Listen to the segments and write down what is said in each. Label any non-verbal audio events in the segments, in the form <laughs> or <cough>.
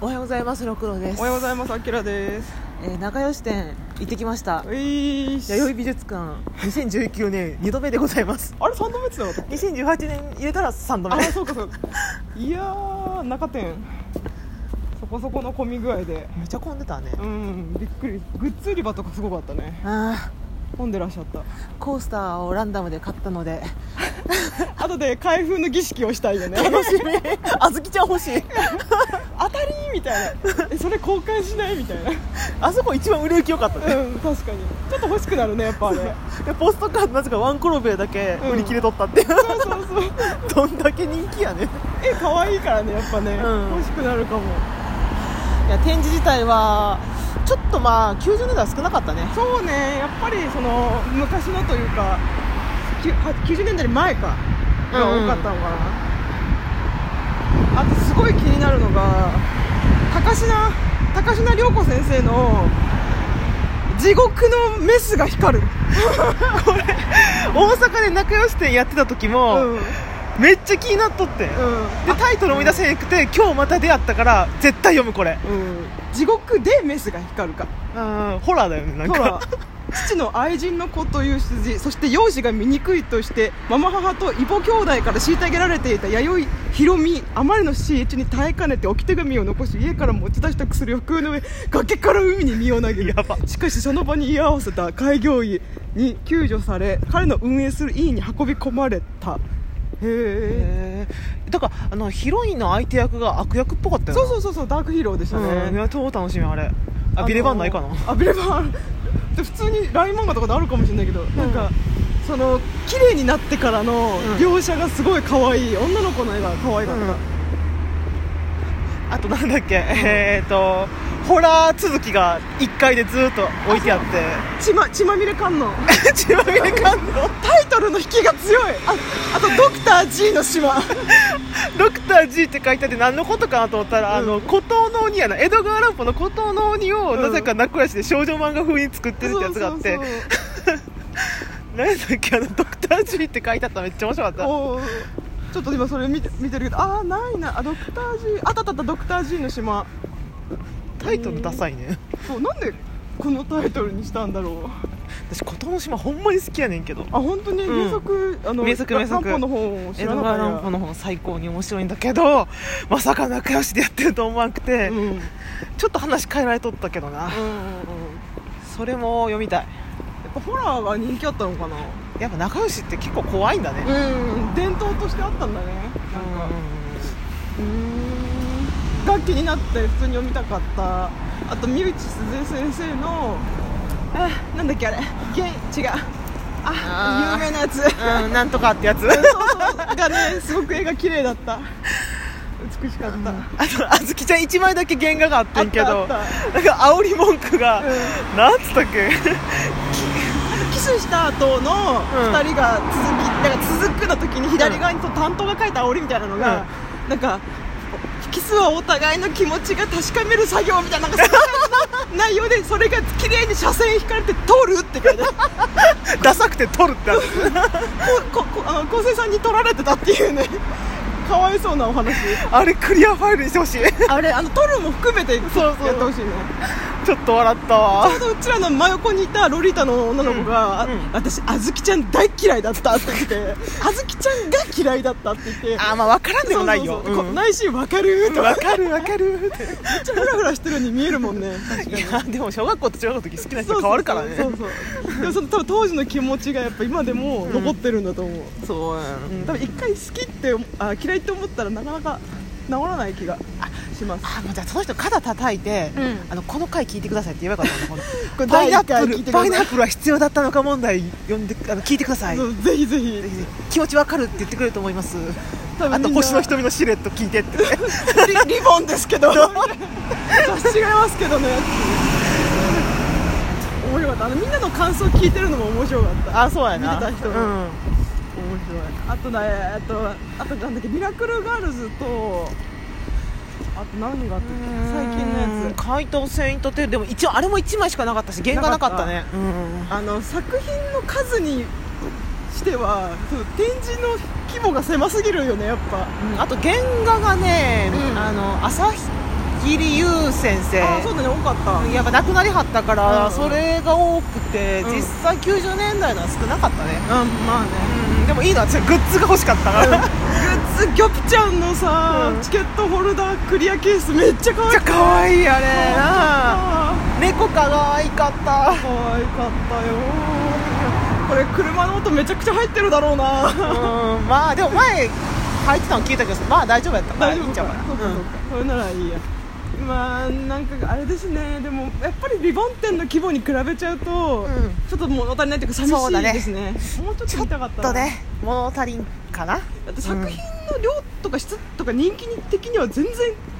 おはようございますろくろですおはようございますあきらですえー仲良し店行ってきましたういーし弥生美術館2019年2度目でございますあれ3度目ってなかったっけ2018年入れたら3度あ目そうかそうかいやー中店そこそこの混み具合でめっちゃ混んでたねうんびっくりグッズ売り場とかすごかったねあ混んでらっしゃったーコースターをランダムで買ったので後で開封の儀式をしたいよね楽 <laughs> しみあずきちゃん欲しい当たりみたいなえそれ交換しないみたいなあそこ一番売れ行き良かったねうん確かにちょっと欲しくなるねやっぱあれでポストカードなぜかワンコロベだけ売り切れとったって、そうそうそ <laughs> うどんだけ人気やねんえ可愛いからねやっぱね、うん欲しくなるかもいや展示自体はちょっとまあ90年代は少なかったねそうねやっぱりその昔のというかきゅは90年代より前かがうんうん多かったのかな、あとすごい気になるのが高階高階涼子先生の「地獄のメスが光る大阪で仲良し店やってた時」も、うんうんめっちゃ気になっとって、でタイトル思い出せなくて今日また出会ったから絶対読むこれうん地獄でメスが光るかうんホラーだよねなんとはか父の愛人の子という筋そして容姿が醜いとしてママ母と異母兄弟から虐げられていた弥生ひろみあまりの死一に耐えかねて置き手紙を残し家から持ち出した薬を空の上崖から海に身を投げるやばしかしその場に居合わせた開業医に救助され彼の運営する医院に運び込まれたへえへーだからあのヒロインの相手役が悪役っぽかったよそうねそうそうそうダークヒーローでしたうんいね、や超楽しみあれあビレバンないかな、あビレバン <laughs> で普通に LINE 漫画とかであるかもしれないけど、なんかその綺麗になってからのうん描写がすごい可愛い女の子の絵が可愛かっうんあとなんだっけ、えーっとホラー続きが1階でずっと置いて <laughs> あってた血ま血まみれ観音血まみれ感動タイトルの引きが強いああと「ドクター G の島」ドクター G って書いてあって何のことかなと思ったら、うんあの孤島の鬼やな江戸川乱歩の孤島の鬼を、うんなぜか名古屋市で少女漫画風に作ってるってやつがあってそうそう何やったっけあのドクター G って書いてあったのめっちゃ面白そうかっおーちょっと今それ見て見てるけどああないなあドクター G あったあったあったドクター G の島たタイトルダサいねそうなんでこのタイトルにしたんだろう私孤島の島ほんまに好きやねんけどあ本当にうん名作、あの名作名作散歩の本を知江ら戸なか川った乱歩の方最高に面白いんだけどまさか仲良しでやってると思わなくて、うんうんうんちょっと話変えられとったけどな、それも読みたいやっぱホラーが人気あったのかなやっぱ仲良しって結構怖いんだね、うん伝統としてあったんだねなんかうーんが気になって普通に読みたかったあと三内鈴江先生のあなんだっけあれゲイ違うああー有名 <laughs> なやつうん、うん、なんとかって <laughs> やつがねすごく絵が綺麗だった美しかった、あとあずきちゃん1枚だけ原画があってんけあっどたあっなんか煽り文句が、うなんつったっけ <laughs> キスした後のうん2人が続き、なんか続くの時に左側にそう担当が書いた煽りみたいなのが、なんかキスはお互いの気持ちが確かめる作業みたいななんかそんな <laughs> 内容でそれが綺麗に車線引かれて通るって <laughs> 書いてあるダサくて撮るってあるここあの昴生さんに取られてたっていうね <laughs> かわいそうなお話あれクリアファイルにしてほしい <laughs> あれあの取るも含めてそうそうやってほしいねちょっと笑ったわちょうどうちらの真横にいたロリータの女の子が、うんうんあ私あずきちゃん大嫌いだったって言ってあずきちゃんが嫌いだったって言ってあーまあ分からんでもないよそうそうそううこんないし分かるとか分かる分かるってめっちゃフラフラしてるように見えるもんね確い <laughs> やでも小学校と中学校の時好きな人変わるからねそうそうそうでもその多分当時の気持ちがやっぱ今でも残ってるんだと思う、そうやんうん多分一回好きってあ嫌いって思ったらなかなか治らない気がしますあもうじゃあその人肩叩いて、うんあのこの回聞いてくださいって言えばよかったのこの <laughs> これパイナ第一回ッ聞プいてくルださパいイナップルは必要だったのか問題読んであの聞いてくださいそうぜひぜひ気持ち分かるって言ってくれると思います多分あみんなと星の瞳のシルエット聞いてって <laughs> リリボンですけど雑誌違いますけどね面白かったあのみんなの感想聞いてるのも面白かった <laughs> あそうや見てた人うん面白いあとねあとあとなんだっけミラクルガールズとあと何があったっけ最近のやつ怪盗セイントテールでも一応あれも1枚しかなかったし原画なかったねうんあの作品の数にしてはその展示の規模が狭すぎるよねやっぱあと原画がね、うんあの朝日桐優先生ああそうだね多かったやっぱ亡くなりはったから、うんそれが多くて、うん実際90年代のは少なかったね、うんまあねでもいいなちょっとグッズが欲しかったから、めっグッズギョピちゃんのさ、うんチケットホルダークリアケースめっちゃ可愛 <laughs> ちいゃ可愛いあれなあ猫可愛かったー可愛かったよこれ車の音めちゃくちゃ入ってるだろうなうんまあでも前入ってたの聞いたけどまあ大丈夫やったから大い丈いん夫ちゃかうかなそうかそうかそれならいいやまあなんかあれですねでもやっぱりリボン店の規模に比べちゃうと、うんちょっと物足りないというか寂そうだしいねですねもうちょっと見たかったとなね物足りんかなだって作品の量とか質とか人気的には全然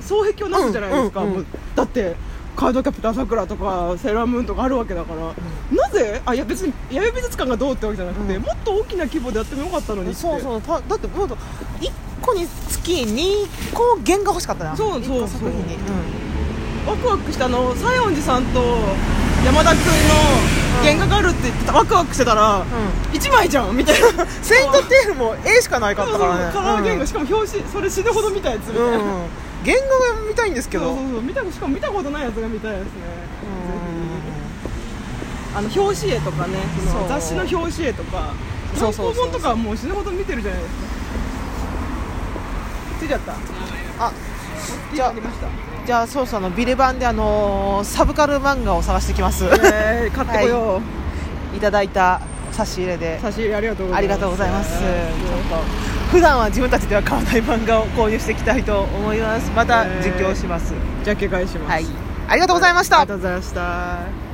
双璧をなすじゃないですか、うんうんうんもうだってカードキャプターさくらとかセーラームーンとかあるわけだから、なぜあいや別に弥生美術館がどうってわけじゃなくて、うんもっと大きな規模でやってもよかったのにってそうそうただってもう1個につき2個弦が欲しかったなそうそう一個作品にそうんワクワクしたあの西園寺さんと山田君の原画があるって言ってたワクワクしてたら、一1枚じゃんみ <laughs> たいなセイントテールも絵しかないかったそうそうからねカラー原う画んしかも表紙それ死ぬほど見たやつみたいな、うん原画が見たいんですけそうどそうそう見たしかも見たことないやつが見たいですねぜひあの表紙絵とかねそのそう雑誌の表紙絵とかそう参そ考うそう本とかはもう死ぬほど見てるじゃないですかついちゃったあじゃあいいのありましたじゃあそうそうあのビレ版であのーサブカル漫画を探してきますえー、買ってこよう、いただいた差し入れで差し入れありがとうございますありがとうございますちょえっと普段は自分たちでは買わない漫画を購入していきたいと思いますまたえー実況しますーじゃあ警戒します、はいありがとうございましたありがとうございました